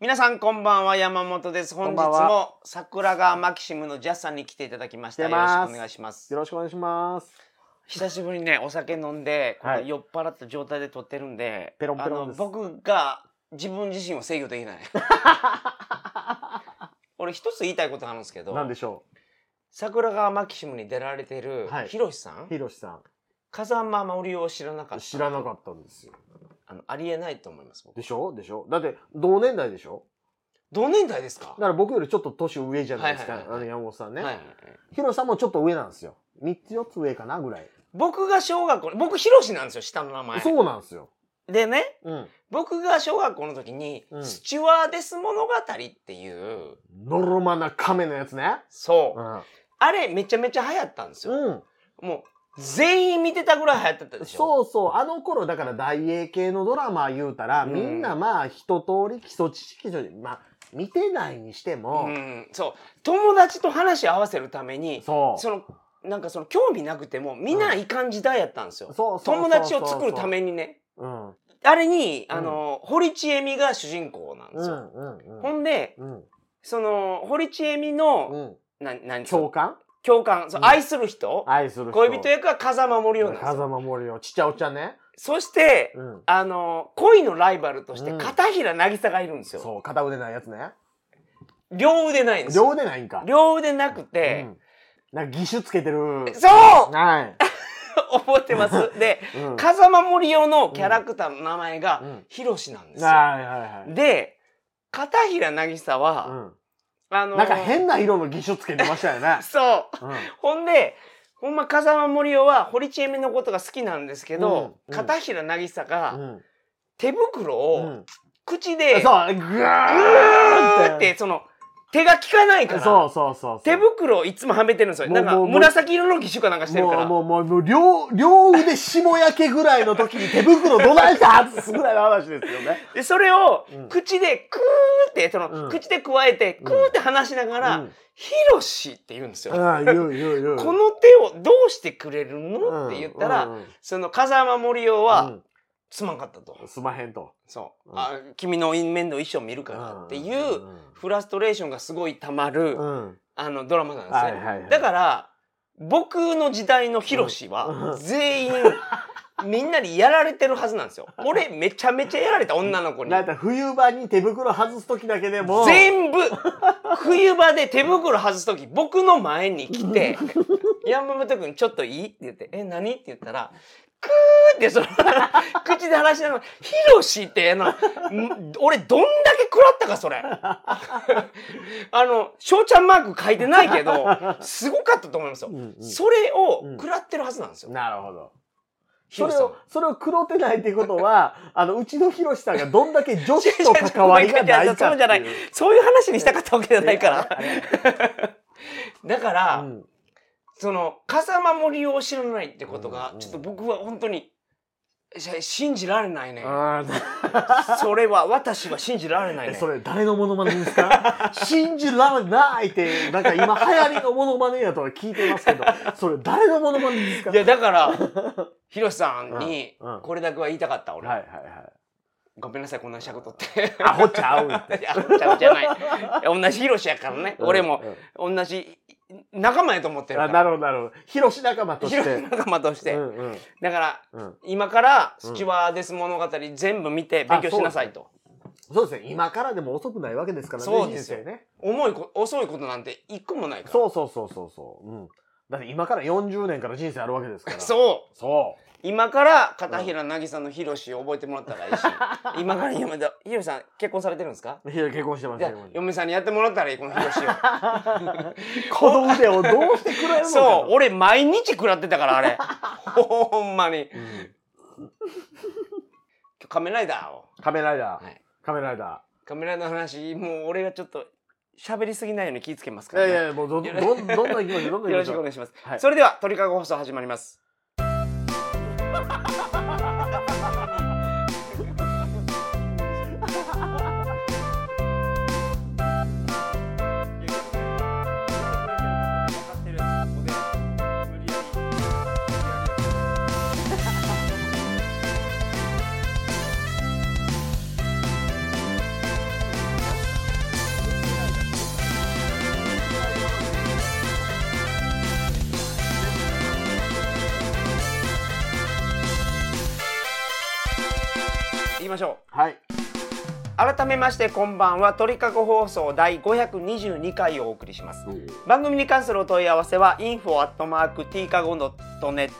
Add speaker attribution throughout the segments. Speaker 1: 皆さんこんばんは山本です。
Speaker 2: こ
Speaker 1: 本
Speaker 2: ん
Speaker 1: 日
Speaker 2: ばんは
Speaker 1: も桜川マキシムのジャスさんに来ていただきました。よ
Speaker 2: 来て
Speaker 1: ろし
Speaker 2: ます
Speaker 1: くお願いします。
Speaker 2: よろしくお願いします。
Speaker 1: 久しぶりにねお酒飲んで、
Speaker 2: は
Speaker 1: こ
Speaker 2: い
Speaker 1: の酔っ払った状態で撮ってるんで、
Speaker 2: ペロンペロン
Speaker 1: あの
Speaker 2: です
Speaker 1: 僕が自分自身を制御でき ない。俺一つ言いたいことがあるんですけど、
Speaker 2: なんでしょ
Speaker 1: 桜川マキシムに出られてる
Speaker 2: はい
Speaker 1: ひろしさん
Speaker 2: う。、ひろしさ
Speaker 1: 風間真織を知らなかった。
Speaker 2: ん。知らなかったんですよ。
Speaker 1: あのありえないと思います。僕
Speaker 2: でしょでしょだって、同年代でしょ
Speaker 1: 同年代ですか。
Speaker 2: だから僕よりちょっと年上じゃないです
Speaker 1: はいは
Speaker 2: か。
Speaker 1: いはい
Speaker 2: あの山本さんね
Speaker 1: はいはい。はい。
Speaker 2: ひろしさんもちょっと上なんですよ。3つ4つ上かなぐらい。
Speaker 1: 僕が小学校僕ひろしなんですよ下の名前。
Speaker 2: そうなんですよ。
Speaker 1: でね。
Speaker 2: うん。
Speaker 1: 僕が小学校の時に、
Speaker 2: うん
Speaker 1: スチュワーデス物語っていう、
Speaker 2: ノロマな亀のやつね。
Speaker 1: そうう、
Speaker 2: ん。
Speaker 1: あれめちゃめちゃ流行ったんですよ。
Speaker 2: うん。
Speaker 1: もう、全員見てたぐらい流行ってたでしょ。
Speaker 2: そうそう。あの頃、だから大英系のドラマ言うたら、
Speaker 1: うん
Speaker 2: みんなまあ一通り基礎知識上で、まあ見てないにしても、
Speaker 1: ん、そう。友達と話を合わせるために、
Speaker 2: そう。
Speaker 1: その、なんかその興味なくても、みんないい感じだやったんですよ。
Speaker 2: そうそう
Speaker 1: 友達を作るた。めにね。
Speaker 2: うん。
Speaker 1: あれに、
Speaker 2: うん
Speaker 1: あの、堀ちえみが主人公なんで
Speaker 2: う
Speaker 1: す
Speaker 2: ん
Speaker 1: よ。
Speaker 2: うんうん。
Speaker 1: ほんで、
Speaker 2: うん。
Speaker 1: その、堀ちえみの、
Speaker 2: うん。
Speaker 1: ななんです
Speaker 2: 共
Speaker 1: か
Speaker 2: 感
Speaker 1: 共感、そう
Speaker 2: うん
Speaker 1: 愛する人、
Speaker 2: 愛する人。
Speaker 1: 恋人役は風間守よなんですよ
Speaker 2: 風間森よ。ちっちゃいおっちゃんね。
Speaker 1: そして、
Speaker 2: うん。
Speaker 1: あの、恋のライバルとして
Speaker 2: うん
Speaker 1: 片平なぎさがいるんですよ。
Speaker 2: そう、片腕ないやつね。
Speaker 1: 両腕ないんです
Speaker 2: 両
Speaker 1: よ。
Speaker 2: 腕ないんか。
Speaker 1: 両腕なく
Speaker 2: う
Speaker 1: て、
Speaker 2: んなんか義手つけてる。
Speaker 1: そう
Speaker 2: は
Speaker 1: 覚えてます。で、
Speaker 2: い。うん。
Speaker 1: 風間森夫のキャラクターの名前が、
Speaker 2: うん
Speaker 1: ヒロシなんですよ。
Speaker 2: はいはいはい。
Speaker 1: で、片平なぎさ
Speaker 2: う
Speaker 1: は、
Speaker 2: ん。
Speaker 1: あのー。
Speaker 2: なんか変な色の義手つけてましたよね
Speaker 1: そう。
Speaker 2: うん。
Speaker 1: ほんで、ほんま風間森夫は堀ちえみのことが好きなんですけど、
Speaker 2: うんうん
Speaker 1: 片平なぎさ
Speaker 2: う
Speaker 1: が
Speaker 2: ん
Speaker 1: 手袋
Speaker 2: う
Speaker 1: を
Speaker 2: ん。
Speaker 1: 口で、
Speaker 2: そうう、ぐー
Speaker 1: ー
Speaker 2: ん
Speaker 1: って、その、手が効かないから、
Speaker 2: そうそうそうそう。
Speaker 1: 手袋をいつもはめてるんですよ。
Speaker 2: も
Speaker 1: な
Speaker 2: う
Speaker 1: んか
Speaker 2: もうもう
Speaker 1: 紫色の義手かなんかしてるから。
Speaker 2: もう、もう、もう、もう両、両腕霜焼けぐらいの時に手袋どないしたっつぐらいの話ですよね。
Speaker 1: で、それを
Speaker 2: うん
Speaker 1: 口でクーって、その、
Speaker 2: うん
Speaker 1: 口で加えて、クーって話しなが
Speaker 2: う
Speaker 1: ら
Speaker 2: ん、
Speaker 1: ヒロシって言うんですよ。
Speaker 2: うん、言う、言う、言う。
Speaker 1: この手をどうしてくれるの、って言ったら、
Speaker 2: うんうん
Speaker 1: その風間森夫は、すまんかったと
Speaker 2: う。んすまへんと。
Speaker 1: そう。
Speaker 2: うん
Speaker 1: あ君の面倒一生見るからっていう、フラストレーションがすごい溜まる、
Speaker 2: うんうん
Speaker 1: あの、ドラマなんですね。
Speaker 2: はいはいはい
Speaker 1: だから、僕の時代のヒロシ
Speaker 2: うんう
Speaker 1: は、
Speaker 2: ん
Speaker 1: 全員、みんなにやられてるはずなん ですよ。俺、めちゃめちゃやられた女の子に
Speaker 2: だ。いたい冬場に手袋外す時だけでも
Speaker 1: 全部、冬場で手袋外すとき、僕の前に来て、 山本君ちょっといいって言って、え、何って言ったら、クーってその、 口で話しながら、ヒロシって、あの、ん俺どんだけ食らったか、 それ。あの、翔ちゃんマーク書いてないけど、すごかったと思いますよ
Speaker 2: う。んうん
Speaker 1: それを食らってるはずなんですよ。
Speaker 2: なるほど
Speaker 1: ヒ
Speaker 2: そ
Speaker 1: ロシ
Speaker 2: れ
Speaker 1: さん
Speaker 2: をそれを黒手ないってこ とはあのうちのひろしさんがどんだけ女子と関わりがないかってい
Speaker 1: そうじゃない。そういう話にしたかったわけじゃないから。 だから、
Speaker 2: うん
Speaker 1: その風間森を知らないってことが、
Speaker 2: うんうん
Speaker 1: ちょっと僕は本当にし信じられないね。
Speaker 2: あ
Speaker 1: それは私は信じられない
Speaker 2: ー
Speaker 1: ね。
Speaker 2: それ誰のモノマネですか信じられないってなんか今流行りのモノマネやとは聞いてますけどそれ誰のモノマネですか
Speaker 1: いやだ からひろしさんに
Speaker 2: うんうん
Speaker 1: これだけは言いたかった俺、
Speaker 2: はいはいはい
Speaker 1: ごめんなさいこんな尺取って。
Speaker 2: アホちゃうって
Speaker 1: いや ちゃうじゃないいや。同じひろしやからね。俺も
Speaker 2: うんうん
Speaker 1: 同じ仲間やと思ってる
Speaker 2: あ
Speaker 1: か
Speaker 2: な
Speaker 1: ら。
Speaker 2: るほどなるほど広し仲間と
Speaker 1: ひ
Speaker 2: し
Speaker 1: ろして仲間として。
Speaker 2: うんうん
Speaker 1: だから
Speaker 2: うん
Speaker 1: 今からスチュワーデス物語全部見て勉強しなさいと。
Speaker 2: そうですね今からでも遅くないわけですからね
Speaker 1: そうですよ
Speaker 2: 人生ね
Speaker 1: 重いこ遅いことなんて一個もないから。
Speaker 2: そうそうそうそうそううんだって今から40年から人生あるわけですからう
Speaker 1: そう
Speaker 2: そ
Speaker 1: 今から片平なぎさんのヒロシを覚えてもらったらいいし、 今から嫁だヒロシさん結婚されてるんですか
Speaker 2: うひろ結婚してます
Speaker 1: じゃあ
Speaker 2: 結婚してま
Speaker 1: 嫁さんにやってもらったらいいこのヒロ シを
Speaker 2: すこの腕をどうしてくれるのか
Speaker 1: そう俺毎日食らってたからあれほんまに今
Speaker 2: う、ん
Speaker 1: 日仮面ライダーを
Speaker 2: 仮面ライダー
Speaker 1: はい
Speaker 2: 仮面ライダ
Speaker 1: 仮面ライダーの話もう俺がちょっと喋りすぎないように気ぃつけます
Speaker 2: ー
Speaker 1: から、
Speaker 2: いや
Speaker 1: ね、
Speaker 2: いやもうどどんどんどんどん行きましょうどんどん
Speaker 1: よろ
Speaker 2: 行き
Speaker 1: しくお願い
Speaker 2: ましょ
Speaker 1: します、
Speaker 2: はい
Speaker 1: それでは鳥かご放送始まります
Speaker 2: う
Speaker 1: ましょう
Speaker 2: はい。
Speaker 1: 改めましてこんばんは鳥かご放送第522回をお送りします番組に関するお問い合わせは info.tkago.net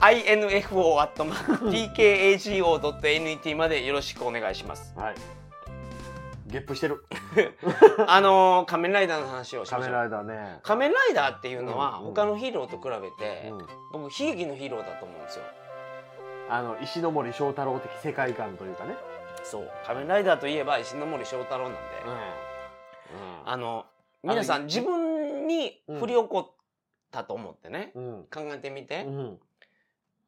Speaker 1: info.tkago.net までよろしくお願いします
Speaker 2: はい。ゲップしてる。
Speaker 1: あのー仮面ライダーの話をし
Speaker 2: カ
Speaker 1: ま
Speaker 2: メ
Speaker 1: しょう
Speaker 2: ライダーね。
Speaker 1: 仮面ライダーっていうのは
Speaker 2: うんうん
Speaker 1: 他のヒーローと比べて
Speaker 2: うん
Speaker 1: 僕悲劇のヒーローだと思うんですよ
Speaker 2: あの石ノ森章太郎的世界観というかね。
Speaker 1: そう仮面ライダーといえば石ノ森章太郎なんで
Speaker 2: うん。
Speaker 1: あの皆さ
Speaker 2: あの
Speaker 1: ん自分に振り起こったと思ってね
Speaker 2: うん。
Speaker 1: 考えてみ
Speaker 2: う
Speaker 1: て
Speaker 2: ん。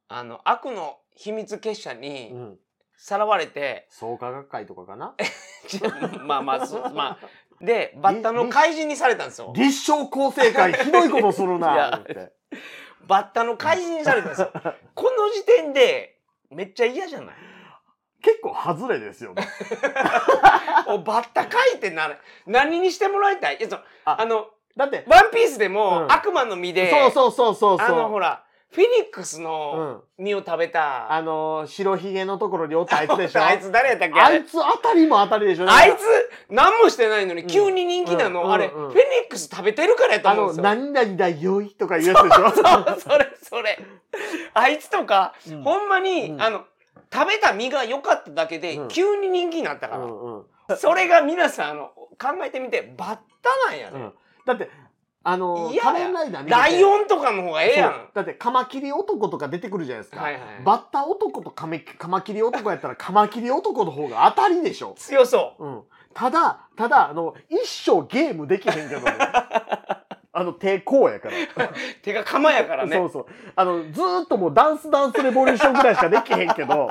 Speaker 1: あの悪の秘密結社
Speaker 2: う
Speaker 1: に
Speaker 2: ん。
Speaker 1: さらわれて
Speaker 2: 創価学会とかかな。
Speaker 1: まあまあそうまあ でバッタの怪人にされたんですよ
Speaker 2: 立正厚生会ひどいことする
Speaker 1: いや
Speaker 2: な。って
Speaker 1: バッタの怪人にされた んですよこの時点でめっちゃ嫌じゃない
Speaker 2: 結構ハズレですよね。
Speaker 1: おバッタかいってなる何にしてもらいたいいやその
Speaker 2: あ
Speaker 1: あの
Speaker 2: だって、
Speaker 1: ワンピースでも、
Speaker 2: うん
Speaker 1: 悪魔の実で
Speaker 2: そうそうそうそうそう。
Speaker 1: あのほらフェニックス
Speaker 2: う
Speaker 1: の
Speaker 2: ん。
Speaker 1: 実を食べた、
Speaker 2: あの白ひげのところにおったあいつでし ょ。
Speaker 1: あいつ誰やったっけあ
Speaker 2: あ
Speaker 1: れ
Speaker 2: いつ当たりも当たりでしょ。
Speaker 1: あいつ何もしてないのに
Speaker 2: ん
Speaker 1: 急に人気なの、
Speaker 2: うん
Speaker 1: あれ、
Speaker 2: うんうん
Speaker 1: フェニックス食べてるからやと
Speaker 2: あ
Speaker 1: 思う
Speaker 2: の
Speaker 1: ん、ですよ。
Speaker 2: 何々だよいとか言うやつでしょ。
Speaker 1: そうそれそれあいつとか、
Speaker 2: うん
Speaker 1: ほんまに、
Speaker 2: うん
Speaker 1: あの食べた実が良かっただけで、
Speaker 2: うん
Speaker 1: 急に人気になったか
Speaker 2: う
Speaker 1: ら、
Speaker 2: んうん
Speaker 1: それが皆さんあの考えてみてバッタなんや
Speaker 2: う
Speaker 1: ね、
Speaker 2: んだって、あの
Speaker 1: いや
Speaker 2: 仮面ライダー見てて
Speaker 1: ライオンとかの方がええや。
Speaker 2: そうんだって、カマキリ男とか出てくるじゃないですか。
Speaker 1: はいはい
Speaker 2: バッタ男とカメカマキリ男やったら、カマキリ男の方が当たりでしょ。
Speaker 1: 強そう。
Speaker 2: うん。ただ、ただ、あの、一生ゲームできへんけ どね。あの、抵抗やから。
Speaker 1: 手が釜やから
Speaker 2: そ
Speaker 1: ね
Speaker 2: う。そう。あの、ずーっともうダンスダンスレボリューションぐらいしかできへん けど。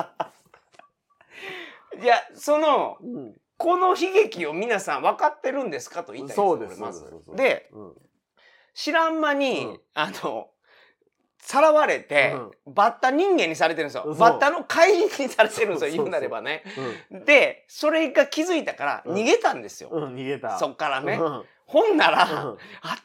Speaker 1: いや、その、
Speaker 2: うん。
Speaker 1: この悲劇を皆さん分かってるんですかと言いたい
Speaker 2: そうです
Speaker 1: 俺まず
Speaker 2: そうですそうです
Speaker 1: で、
Speaker 2: うん。
Speaker 1: 知らん間に、
Speaker 2: うん
Speaker 1: あの、さらわれて、バッタ人間にされてるんですよ
Speaker 2: そう。
Speaker 1: バッタの怪人にされてるんです
Speaker 2: そうそう
Speaker 1: よ、
Speaker 2: そう
Speaker 1: 言うなればね。で、それが気づいたから
Speaker 2: うん
Speaker 1: 逃げたんですよ。
Speaker 2: うん。うん、逃げた。
Speaker 1: そっからね。
Speaker 2: うん。
Speaker 1: ほんなら、
Speaker 2: うん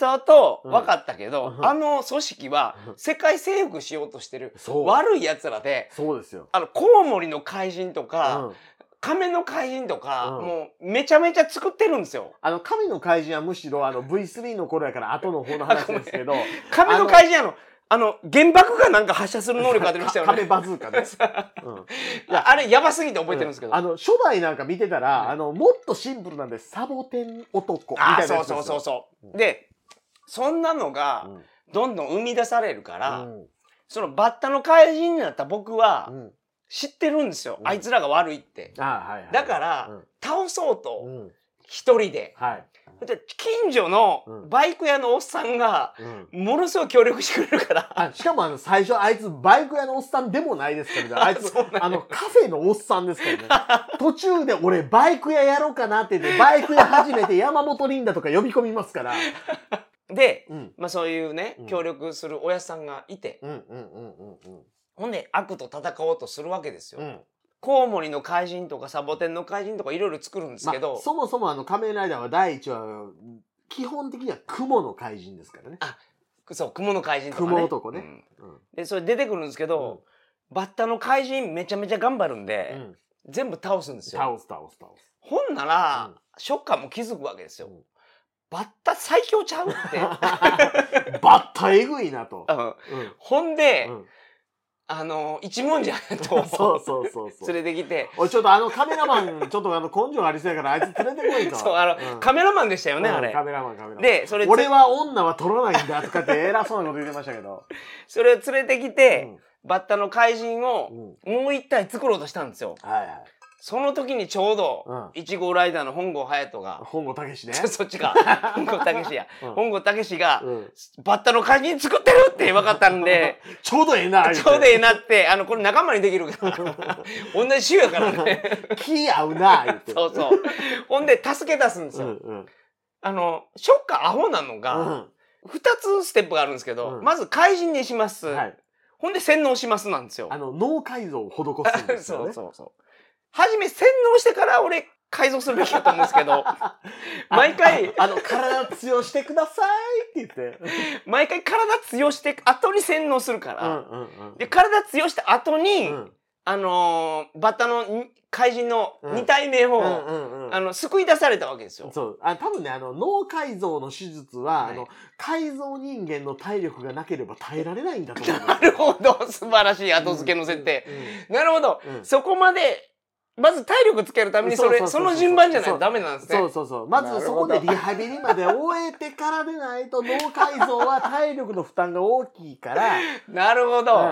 Speaker 1: 後
Speaker 2: うん
Speaker 1: 々分かったけど、
Speaker 2: うん
Speaker 1: あの組織は
Speaker 2: うん
Speaker 1: 世界征服しようとしてる
Speaker 2: そう。
Speaker 1: 悪い奴らで、
Speaker 2: そうですよ。
Speaker 1: あの、コウモリの怪人とか、
Speaker 2: うん
Speaker 1: 亀の怪人とか、
Speaker 2: うん
Speaker 1: もうめちゃめちゃ作ってるんです よ。
Speaker 2: あの、神の怪人はむしろ、あの、V3 の頃やから後の方の話で すけど、
Speaker 1: 亀の怪人やの、あの、原爆がなんか発射する能力が出ましたよ
Speaker 2: 亀
Speaker 1: ね。
Speaker 2: バズーカ です。うん
Speaker 1: ああれやばすぎて覚えてるんですけど。
Speaker 2: あの、初代なんか見てたら、
Speaker 1: うん
Speaker 2: あの、もっとシンプルなんで、サボテン男み
Speaker 1: あ
Speaker 2: たいな
Speaker 1: そう
Speaker 2: やつですよ。
Speaker 1: そうそうそう、
Speaker 2: うん
Speaker 1: で、そんなのが
Speaker 2: うん
Speaker 1: どんどん生み出されるから、
Speaker 2: うん
Speaker 1: そのバッタの怪人になった僕は
Speaker 2: うん
Speaker 1: 知ってるんですよ。
Speaker 2: うん
Speaker 1: あいつらが悪いって。
Speaker 2: あはい、はい。
Speaker 1: だから、
Speaker 2: うん
Speaker 1: 倒そう
Speaker 2: う
Speaker 1: と、
Speaker 2: ん。
Speaker 1: 一人で。
Speaker 2: はい。
Speaker 1: で近所の
Speaker 2: うん
Speaker 1: バイク屋のおっさんが、
Speaker 2: うん
Speaker 1: ものすごい協力してくれるから。
Speaker 2: あしかもあの最初あいつバイク屋のおっさんでもないですからねあいつ
Speaker 1: そうなんや
Speaker 2: あのカフェのおっさんですからね途中で俺バイク屋やろうかなって言ってバイク屋始めて山本リンダとか呼び込みますから、
Speaker 1: で、
Speaker 2: うん、
Speaker 1: まあそういうね
Speaker 2: うん、
Speaker 1: 協力するおやさんがいて、
Speaker 2: うんうんうんうんうん
Speaker 1: ほんで悪と戦おうとするわけですよ。
Speaker 2: うん
Speaker 1: コウモリの怪人とかサボテンの怪人とかいろいろ作るんですけど、
Speaker 2: まあ、そもそもあの仮面ライダーは第一話基本的には雲の怪人ですからね
Speaker 1: そう、雲の怪人とかね。
Speaker 2: 雲男ね
Speaker 1: うん
Speaker 2: うん
Speaker 1: で、それ出てくるんですけど、
Speaker 2: う
Speaker 1: バッタの怪人めちゃめちゃ頑張るんで、
Speaker 2: ん
Speaker 1: 全部倒すんですよ。
Speaker 2: 倒す倒す倒す
Speaker 1: ほんなら、
Speaker 2: うん
Speaker 1: ショッカーも気づくわけですよ。
Speaker 2: うん
Speaker 1: バッタ最強ちゃうっ て。
Speaker 2: バッタえぐいなと
Speaker 1: う、ん
Speaker 2: うん
Speaker 1: ほんで、
Speaker 2: うん
Speaker 1: あの、一文字や
Speaker 2: そ
Speaker 1: と
Speaker 2: うそうそうそうそう
Speaker 1: 連れてきて、
Speaker 2: おいちょっとあのカメラマンちょっとあの根性ありそうやからあいつ連れてこい と
Speaker 1: そう、あの、
Speaker 2: ん
Speaker 1: カメラマンでしたよね、
Speaker 2: うん
Speaker 1: あれ
Speaker 2: カ。メラマンカメラマン
Speaker 1: で、それ、
Speaker 2: 俺は女は取らないんだとかって偉そうなこと言ってましたけど、
Speaker 1: それを連れてき
Speaker 2: う
Speaker 1: て、
Speaker 2: ん
Speaker 1: バッタの怪人を、
Speaker 2: うん
Speaker 1: もう一体作ろうとしたんですよ。
Speaker 2: はいはい
Speaker 1: その時にちょう
Speaker 2: う
Speaker 1: ど、
Speaker 2: ん
Speaker 1: 一号ライダーの本郷隼人が、
Speaker 2: 本郷武史ね
Speaker 1: そっちか、本郷武史や、
Speaker 2: うん
Speaker 1: 本郷武史が、
Speaker 2: うん
Speaker 1: バッタの怪人作ってるって分かったんで、
Speaker 2: ちょうどええな言て
Speaker 1: ちょうどええなって、あの、これ仲間にできるから、同じ種やからね。
Speaker 2: 気合うな言って
Speaker 1: そうそう。ほんで、助け出すんです
Speaker 2: う
Speaker 1: よ。
Speaker 2: んうん
Speaker 1: あの、ショッカーアホなの
Speaker 2: う
Speaker 1: が、
Speaker 2: ん
Speaker 1: 二つステップがあるんですけど、
Speaker 2: うん
Speaker 1: まず怪人にします、
Speaker 2: はい、
Speaker 1: ほんで洗脳しますなんですよ
Speaker 2: あ。の脳改造を施すんですよね
Speaker 1: そうそうそう。はじめ洗脳してから俺改造するべきだと思うんですけ ど、毎回、
Speaker 2: あの体強してくださいって言って、
Speaker 1: 毎回体強して後に洗脳するか
Speaker 2: う
Speaker 1: ら、
Speaker 2: んうんうん、
Speaker 1: で、体強した後に、
Speaker 2: うん
Speaker 1: あのーバッタのに怪人の
Speaker 2: うん
Speaker 1: 二体目を、
Speaker 2: うんうんうん
Speaker 1: あの、救い出されたわけですよ。
Speaker 2: そう。あ、多分ね、あの、脳改造の手術は、
Speaker 1: はい
Speaker 2: あの、改造人間の体力がなければ耐えられないんだと 思う。
Speaker 1: なるほど、素晴らしい後付けの設定。なるほど、
Speaker 2: うん。うん
Speaker 1: そこまで、まず体力つけるためにそれ、
Speaker 2: そう
Speaker 1: そ
Speaker 2: そうそうそう
Speaker 1: の順番じゃないとダメなんですね。
Speaker 2: そうそうそう。まずそこ
Speaker 1: なる
Speaker 2: で
Speaker 1: ほ
Speaker 2: リ
Speaker 1: ど
Speaker 2: ハビリまで終えてからでないと脳改造は体力の負担が大きいから。
Speaker 1: なるほど、
Speaker 2: う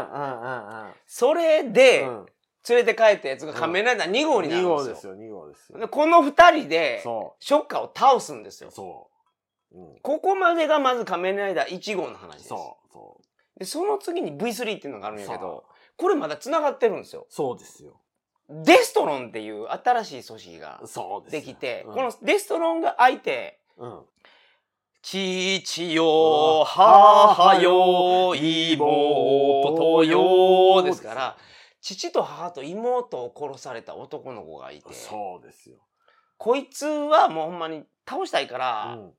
Speaker 1: それで、
Speaker 2: んうんうんうん。
Speaker 1: 連れて帰ったやつが仮面ライダー2号になるん
Speaker 2: 2
Speaker 1: で
Speaker 2: 号
Speaker 1: すよ。
Speaker 2: ですよ、2号です
Speaker 1: で
Speaker 2: よ。
Speaker 1: この2人で、
Speaker 2: そ
Speaker 1: ショッカーを倒すんですよ
Speaker 2: う。。そう。うん。
Speaker 1: ここまでがまず仮面ライダー1号の話です。
Speaker 2: そう。そう。
Speaker 1: でその次に V3 っていうのがあるんやけ
Speaker 2: そ
Speaker 1: ど、これまだ繋がってるんですよ。
Speaker 2: そうですよ。
Speaker 1: デストロンっていう新しい組織が
Speaker 2: そうですよ。
Speaker 1: できて、
Speaker 2: うん
Speaker 1: このデストロンが相手、
Speaker 2: うん。
Speaker 1: 父よ、母よ、妹よ、ですから、父と母と妹を殺された男の子がいて、
Speaker 2: そうですよ。
Speaker 1: こいつはもうほんまに倒したいか
Speaker 2: う
Speaker 1: ら、
Speaker 2: ん。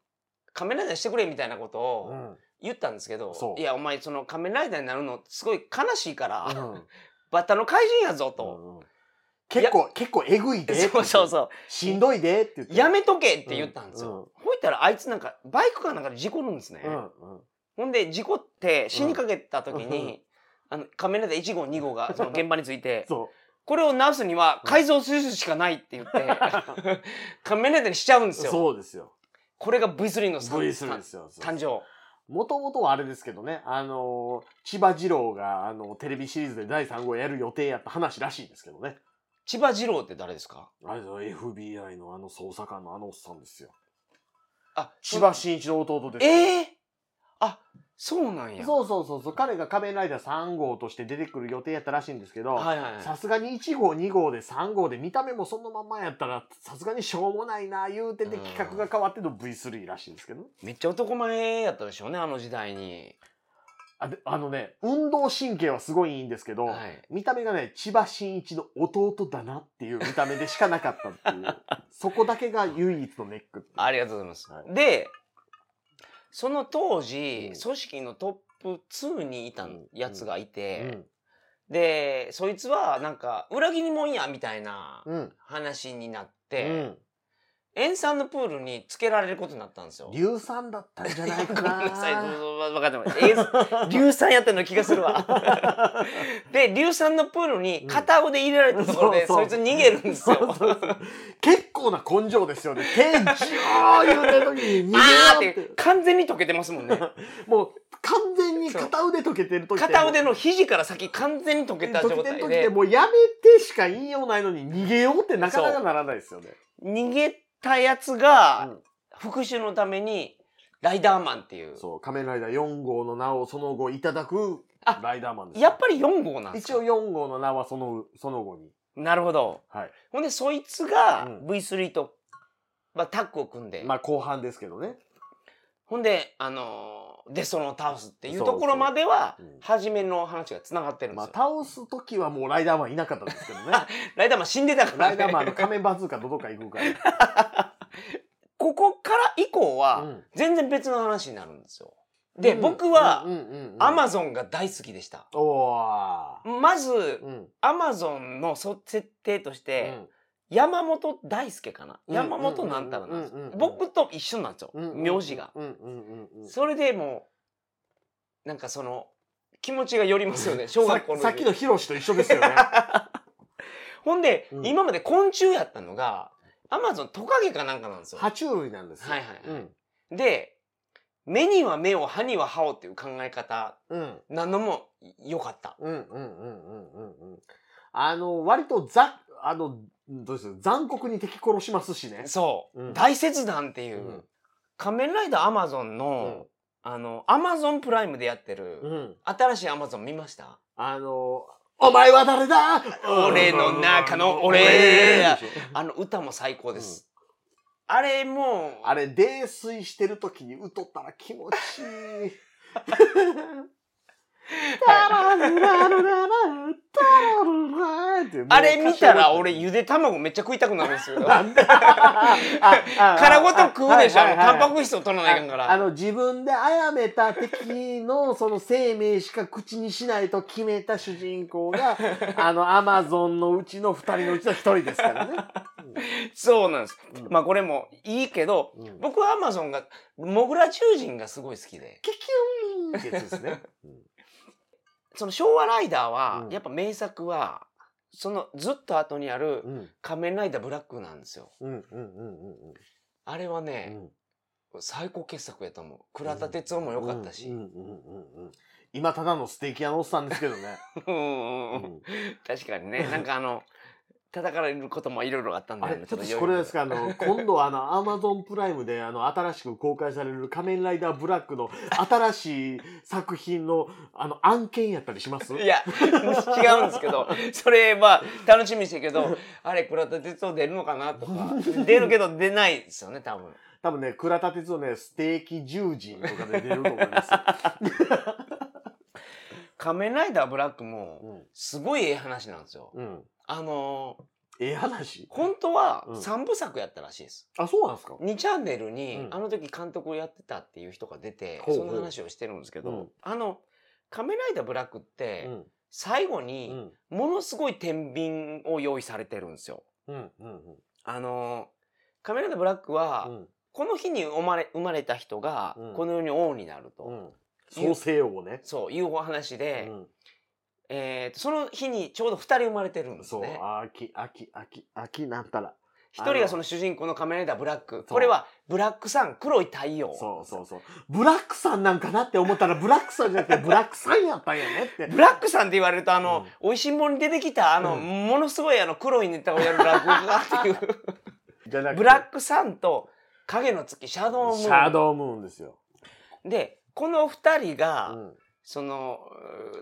Speaker 1: 仮面ライダーにしてくれみたいなこと
Speaker 2: う
Speaker 1: を
Speaker 2: ん。
Speaker 1: 言ったんですけど、
Speaker 2: そう
Speaker 1: いや、お前その仮面ライダーになるのすごい悲しいから、
Speaker 2: うん
Speaker 1: バッタの怪人やぞと。
Speaker 2: うんうん結構、結構えぐいで。
Speaker 1: そうそうそう。
Speaker 2: しんどいでって言って。
Speaker 1: やめとけって言ったんですよ。ほいたらあいつなんかバイクかなんかで事故るんですね。
Speaker 2: うん。うん。うん
Speaker 1: ほんで事故って死にかけた時に、あの仮面ライダー1号2号がその現場について
Speaker 2: そ
Speaker 1: これを直すには改造するしかないって言って 仮面ライダーにしちゃうんで
Speaker 2: う。
Speaker 1: すよ。
Speaker 2: そうですよ。
Speaker 1: これが V3 のさ
Speaker 2: V3 で
Speaker 1: 誕
Speaker 2: すよ。そう
Speaker 1: 誕生。
Speaker 2: もともとはあれですけどね、あのー、千葉二郎が、あの、テレビシリーズで第3号やる予定やった話らしいですけどね。
Speaker 1: 千葉二郎って誰ですか
Speaker 2: あれですよ、FBI のあの捜査官のあのおっさんですよ。
Speaker 1: あ
Speaker 2: 千葉真一の弟ですよ。
Speaker 1: ええあそうなんや。
Speaker 2: そうそうそうそう、彼が仮面ライダー3号として出てくる予定やったらしいんですけど、
Speaker 1: はいはいはい
Speaker 2: さすがに1号2号で3号で見た目もそのまんまやったらさすがにしょうもないな言うてて
Speaker 1: うん
Speaker 2: 企画が変わっての V3 らしいですけどね
Speaker 1: めっちゃ男前やったでしょうねあの時代に。
Speaker 2: あであのね運動神経はすごいいいんですけど、
Speaker 1: はい、
Speaker 2: 見た目がね千葉真一の弟だなっていう見た目でしかなかったっていう そこだけが唯一のネックっていう
Speaker 1: ありがとうございます。
Speaker 2: は
Speaker 1: でその当時、
Speaker 2: うん
Speaker 1: 組織のトップ2にいたやつがいて。
Speaker 2: うん
Speaker 1: でそいつはなんか裏切りもんやみたいな
Speaker 2: うん
Speaker 1: 話になっ
Speaker 2: う
Speaker 1: て、
Speaker 2: ん
Speaker 1: 塩酸のプールにつけられることになったんですよ。
Speaker 2: 硫酸だったんじゃないか
Speaker 1: ごめんなさい、
Speaker 2: な
Speaker 1: 分かってます。えー 硫酸やってるの気がするわ。で、硫酸のプールに片腕入れられたところで、
Speaker 2: うん
Speaker 1: そ
Speaker 2: そうそう
Speaker 1: いつ逃げるんです
Speaker 2: そ
Speaker 1: よ。
Speaker 2: うそうそう結構な根性ですよね手ジュー言うてる時に逃げよ
Speaker 1: あーっ
Speaker 2: うって
Speaker 1: て完全に溶けてますもんね。
Speaker 2: もう完全に片腕溶けてる時
Speaker 1: 片腕
Speaker 2: 溶
Speaker 1: の肘から先完全に溶け
Speaker 2: け
Speaker 1: た状
Speaker 2: て
Speaker 1: 態
Speaker 2: る時で
Speaker 1: で
Speaker 2: もうやめてしか言いようないのに逃げようってなかなかならないですよね。
Speaker 1: 逃げたやつ
Speaker 2: う
Speaker 1: が
Speaker 2: ん
Speaker 1: 復讐のためにライダーマンっていう。
Speaker 2: そう仮面ライダー4号の名をその後いただく
Speaker 1: あ
Speaker 2: ライダーマンですよ。
Speaker 1: やっぱり4号なんです
Speaker 2: 一
Speaker 1: か
Speaker 2: 応4号の名はそのその後に。
Speaker 1: なるほど。
Speaker 2: はい。
Speaker 1: ほんで、そいつが
Speaker 2: うん
Speaker 1: V3 と、まあ、タッグを組んで、
Speaker 2: まあ後半ですけどね。
Speaker 1: ほんで、あのーデストロンを倒すっていう
Speaker 2: そうそう
Speaker 1: ところまでは
Speaker 2: うん、
Speaker 1: 初めの話が繋がってるんで
Speaker 2: ますあ
Speaker 1: よ。
Speaker 2: 倒す時はもうライダーマンいなかったんですけどね。
Speaker 1: ライダーマン死んでたから、
Speaker 2: ライダーマンの仮面バズーカどこか行くから。
Speaker 1: ここから以降
Speaker 2: う
Speaker 1: は、
Speaker 2: ん
Speaker 1: 全然別の話になるんですよ。で、
Speaker 2: うん
Speaker 1: 僕は、
Speaker 2: うんうんうん
Speaker 1: アマゾンが大好きでした。
Speaker 2: おー
Speaker 1: まず
Speaker 2: う、ん
Speaker 1: アマゾンのそ設定として、山本大輔かな、
Speaker 2: うん
Speaker 1: 山本なんたらなんです
Speaker 2: うんうんうんう
Speaker 1: よ。
Speaker 2: ん
Speaker 1: 僕と一緒なんですよ。
Speaker 2: うんうん
Speaker 1: 名字が。
Speaker 2: うんうんうんうん。
Speaker 1: それでもうなんかその気持ちが寄りますよね小学校の時
Speaker 2: ささっきのヒロシと一緒ですよね。
Speaker 1: ほんで、
Speaker 2: うん
Speaker 1: 今まで昆虫やったのがアマゾントカゲかなんかなんですよ
Speaker 2: 爬虫類なんですよ。
Speaker 1: はいはいはい
Speaker 2: うん
Speaker 1: で目には目を歯には歯をっていう考え方
Speaker 2: うん
Speaker 1: なのも良かった
Speaker 2: うんうんうんうんうんうん。あの、割とざ、あの、どうです残酷に敵殺しますしね。
Speaker 1: そう、
Speaker 2: うん
Speaker 1: 大切断っていう、
Speaker 2: うん
Speaker 1: 仮面ライダーアマゾンの、あのアマゾンプライムでやってる、
Speaker 2: うん。
Speaker 1: 新しいアマゾン見ました
Speaker 2: あの、お前は誰だ
Speaker 1: 俺の中の俺
Speaker 2: 俺でしょ
Speaker 1: あの歌も最高です、あれも
Speaker 2: あれ、泥酔してる時にうとったら気持ちいい。タラルラルラルタラルラルってもう
Speaker 1: あれ見たら俺ゆで卵めっちゃ食いたくなるんです よ。殻ごと食うでしょ。あのタンパク質を取らないかんか
Speaker 2: あ
Speaker 1: ら。
Speaker 2: あの自分で殺めた敵のその生命しか口にしないと決めた主人公があのアマゾンのうちの2人のうちの1人ですからね。
Speaker 1: そうなんです。
Speaker 2: うん
Speaker 1: まあこれもいいけど、
Speaker 2: うん
Speaker 1: 僕はアマゾンが、モグラ獣人がすごい好きで。
Speaker 2: キキューンってやつですね。うん
Speaker 1: その昭和ライダーは
Speaker 2: う、ん
Speaker 1: やっぱ名作は、そのずっと後にある
Speaker 2: うん
Speaker 1: 仮面ライダーブラックなんですよ。
Speaker 2: うんうんうんうん
Speaker 1: あれは
Speaker 2: う
Speaker 1: ね、
Speaker 2: ん。
Speaker 1: 最高傑作やと思う。倉田哲夫も良かったし
Speaker 2: うん。うんうんうん今ただのステーキ屋のおっさんですけどね。
Speaker 1: うん
Speaker 2: う
Speaker 1: うんうん
Speaker 2: ん
Speaker 1: 確かに ね、なんかあの、叩かれることもいろいろあったん
Speaker 2: あ
Speaker 1: だよ
Speaker 2: れ
Speaker 1: ね。
Speaker 2: ちょっ
Speaker 1: ち
Speaker 2: と
Speaker 1: ょっと
Speaker 2: これです
Speaker 1: か
Speaker 2: かあ の今度あのアマゾンプライムであの新しく公開される「仮面ライダーブラック」の新しい作品のあの案件やったりします
Speaker 1: いや、 違うんですけど、それは楽しみにしてるけど、あれ、倉田哲夫出るのかなとか、出るけど出ないですよね、多分。
Speaker 2: 多分ね倉田哲夫ねステーキ十人とかで出ると思い ます、
Speaker 1: 仮面ライダーブラックも、
Speaker 2: うん
Speaker 1: すごいええ話なんですよ。
Speaker 2: うん、
Speaker 1: あの
Speaker 2: ええ話
Speaker 1: ー本当は
Speaker 2: うん
Speaker 1: 3部作やったらしいです。
Speaker 2: あそうなんですか
Speaker 1: 2チャンネルに、
Speaker 2: うん
Speaker 1: あの時監督をやってたっていう人が出て、
Speaker 2: ほうほ
Speaker 1: そうの話をしてるんですけど、
Speaker 2: うん
Speaker 1: あの、仮面ライダーブラックって、
Speaker 2: うん
Speaker 1: 最後
Speaker 2: う
Speaker 1: に、
Speaker 2: ん
Speaker 1: ものすごい天秤を用意されてるんですよ。
Speaker 2: うんうん
Speaker 1: あのカメラでブラックは、
Speaker 2: うん
Speaker 1: この日に生まれ生まれた人が、
Speaker 2: うん
Speaker 1: この世に王になると、
Speaker 2: うん創世王ね、
Speaker 1: そういうお話で、
Speaker 2: うん
Speaker 1: えーとその日にちょうど2人生まれてるんです
Speaker 2: そう
Speaker 1: ね。
Speaker 2: 秋秋秋秋になったら
Speaker 1: 1人がその主人公のカメライダーブラック
Speaker 2: う
Speaker 1: これはブラックさん黒い太陽
Speaker 2: そうそうそうブラックさんなんかなって思ったらブラックさんじゃ なくてブラックさんやったんやねって
Speaker 1: ブラックさんって言われるとあの、
Speaker 2: うん
Speaker 1: 美味しんぼに出てきたあの、
Speaker 2: うん
Speaker 1: ものすごいあの黒いネタをやる落語家って いう
Speaker 2: じゃなくて
Speaker 1: ブラックさんと影の月シャドウムーン
Speaker 2: シャドウムーンですよ。
Speaker 1: でこの2人
Speaker 2: う
Speaker 1: が、
Speaker 2: ん、
Speaker 1: その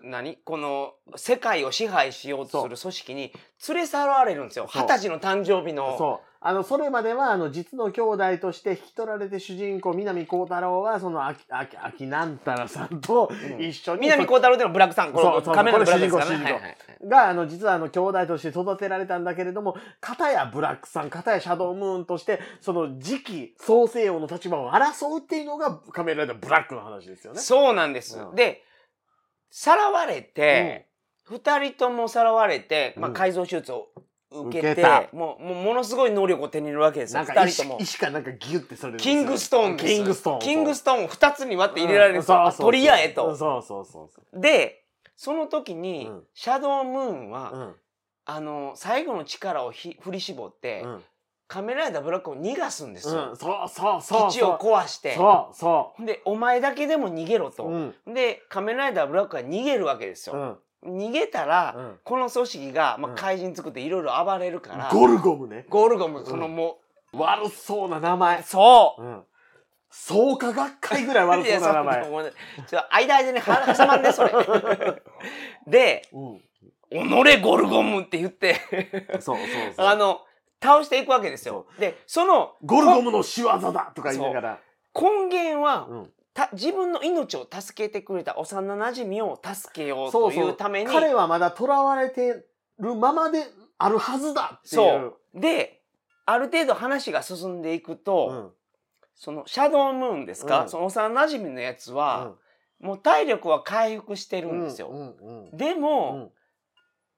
Speaker 1: うー何この世界を支配しようとする組織に連れ去られるんですよ
Speaker 2: そう
Speaker 1: 二十歳の誕生日の
Speaker 2: そう。あの、それまでは、あの、実の兄弟として引き取られて主人公、南光太郎は、その、あき、あき、あきなんたらさんと
Speaker 1: うん
Speaker 2: 一緒に、
Speaker 1: 南光太郎っていうのはブラックさんこ
Speaker 2: そ
Speaker 1: の
Speaker 2: うそう
Speaker 1: カメラのブラックですか
Speaker 2: こ
Speaker 1: ら
Speaker 2: れ
Speaker 1: ね
Speaker 2: 主
Speaker 1: はい
Speaker 2: 人公
Speaker 1: はいはい
Speaker 2: が、あの、実は、あの、兄弟として育てられたんだけれども、片やブラックさん、片やシャドウムーンとして、その、次期創世王の立場を争うっていうのが、仮面ライダーブラックの話ですよね。
Speaker 1: そうなんです、
Speaker 2: うん
Speaker 1: でさらわれて、二人ともさらわれて、まあ、
Speaker 2: うん
Speaker 1: 改造手術を受けて
Speaker 2: 受けた
Speaker 1: もうもうものすごい能力を手に入れるわけですよ
Speaker 2: なんか
Speaker 1: 二
Speaker 2: 石、
Speaker 1: 人とも
Speaker 2: 石かなんかギュってそれるんです
Speaker 1: キ
Speaker 2: よ
Speaker 1: ングストーンです
Speaker 2: キングストーン。
Speaker 1: キングス
Speaker 2: ト
Speaker 1: トーンを2つに割って入れられるんですよ、あ取り合えと、
Speaker 2: そうそうそうそ
Speaker 1: でその時に、
Speaker 2: うん
Speaker 1: シャドウムーンは、
Speaker 2: う。うん。
Speaker 1: あの最後の力をひ振り絞って、
Speaker 2: うん。
Speaker 1: カメライダーブラックを逃がすんです
Speaker 2: う
Speaker 1: よ
Speaker 2: ん、、そうそうそう
Speaker 1: 基地を
Speaker 2: そ
Speaker 1: 壊し
Speaker 2: う
Speaker 1: て
Speaker 2: そうそ
Speaker 1: でお前だけでも逃げろ
Speaker 2: う
Speaker 1: と、
Speaker 2: ん
Speaker 1: でカメライダーブラックは逃げるわけです
Speaker 2: う
Speaker 1: よ、
Speaker 2: ん
Speaker 1: 逃げたら、
Speaker 2: うん
Speaker 1: この組織が、まあ、
Speaker 2: うん
Speaker 1: 怪人作っていろいろ暴れるから、
Speaker 2: ゴルゴムね
Speaker 1: ゴルゴム
Speaker 2: ん
Speaker 1: そのも
Speaker 2: 悪そうな名
Speaker 1: う、
Speaker 2: 前
Speaker 1: そ
Speaker 2: うん創価学会ぐらいう悪そうな名
Speaker 1: いやそ
Speaker 2: 前
Speaker 1: んなもんねちょ間間には挟まんで それで
Speaker 2: うん
Speaker 1: 「己ゴルゴム」って言って
Speaker 2: そうそうそう
Speaker 1: あの倒していくわけですよでその
Speaker 2: ゴルゴムの仕業だとか言いながら
Speaker 1: 根源は
Speaker 2: うん
Speaker 1: た自分の命を助けてくれた幼馴染みを助けよう
Speaker 2: そ
Speaker 1: と
Speaker 2: うそ
Speaker 1: いううために
Speaker 2: 彼はまだ囚われてるままであるはずだってい
Speaker 1: そうである程度話が進んでいくと、
Speaker 2: うん
Speaker 1: そのシャドウムーンですか、
Speaker 2: うん
Speaker 1: その幼馴染みのやつは、
Speaker 2: う
Speaker 1: もう体力は回復してる
Speaker 2: ん
Speaker 1: んですよ、
Speaker 2: うんうんうん
Speaker 1: でも、